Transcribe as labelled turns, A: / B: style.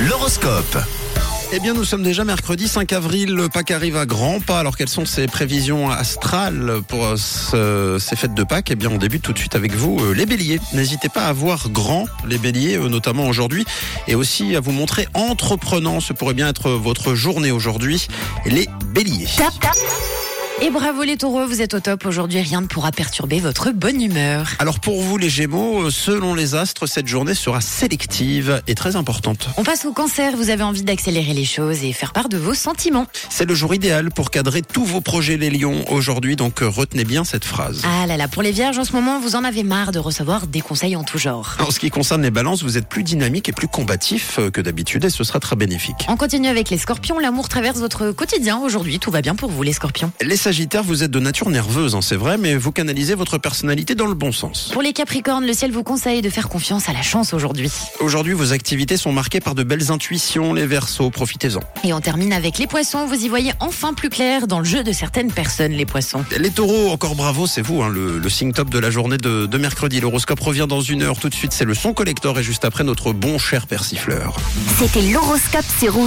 A: L'horoscope.
B: Eh bien, nous sommes déjà mercredi 5 avril. Le Pâques arrive à grands pas. Alors, quelles sont ces prévisions astrales pour euh, ce- ces fêtes de Pâques Eh bien, on débute tout de suite avec vous, euh, les béliers. N'hésitez pas à voir grand, les béliers, euh, notamment aujourd'hui, et aussi à vous montrer entreprenant. Ce pourrait bien être votre journée aujourd'hui, les béliers.
C: Tap, tap. Et bravo les taureaux, vous êtes au top. Aujourd'hui, rien ne pourra perturber votre bonne humeur.
B: Alors, pour vous, les gémeaux, euh, selon les astres, cette journée sera sélective et très importante.
C: On passe au cancer, vous avez envie d'accélérer les choses et faire part de vos sentiments.
B: C'est le jour idéal pour cadrer tous vos projets, les lions, aujourd'hui. Donc, euh, retenez bien cette phrase.
C: Ah là là, pour les vierges, en ce moment, vous en avez marre de recevoir des conseils en tout genre.
B: En ce qui concerne les balances, vous êtes plus dynamique et plus combatif euh, que d'habitude et ce sera très bénéfique.
C: On continue avec les scorpions, l'amour traverse votre quotidien. Aujourd'hui, tout va bien pour vous les scorpions.
B: Les sagittaires, vous êtes de nature nerveuse, hein, c'est vrai, mais vous canalisez votre personnalité dans le bon sens.
C: Pour les capricornes, le ciel vous conseille de faire confiance à la chance aujourd'hui.
B: Aujourd'hui, vos activités sont marquées par de belles intuitions, les versos, profitez-en.
C: Et on termine avec les poissons, vous y voyez enfin plus clair dans le jeu de certaines personnes, les poissons.
B: Les taureaux, encore bravo, c'est vous, hein, le, le signe top de la journée de, de mercredi. L'horoscope revient dans une heure, tout de suite c'est le son collector et juste après notre bon cher persifleur.
D: C'était l'horoscope sur Rouge.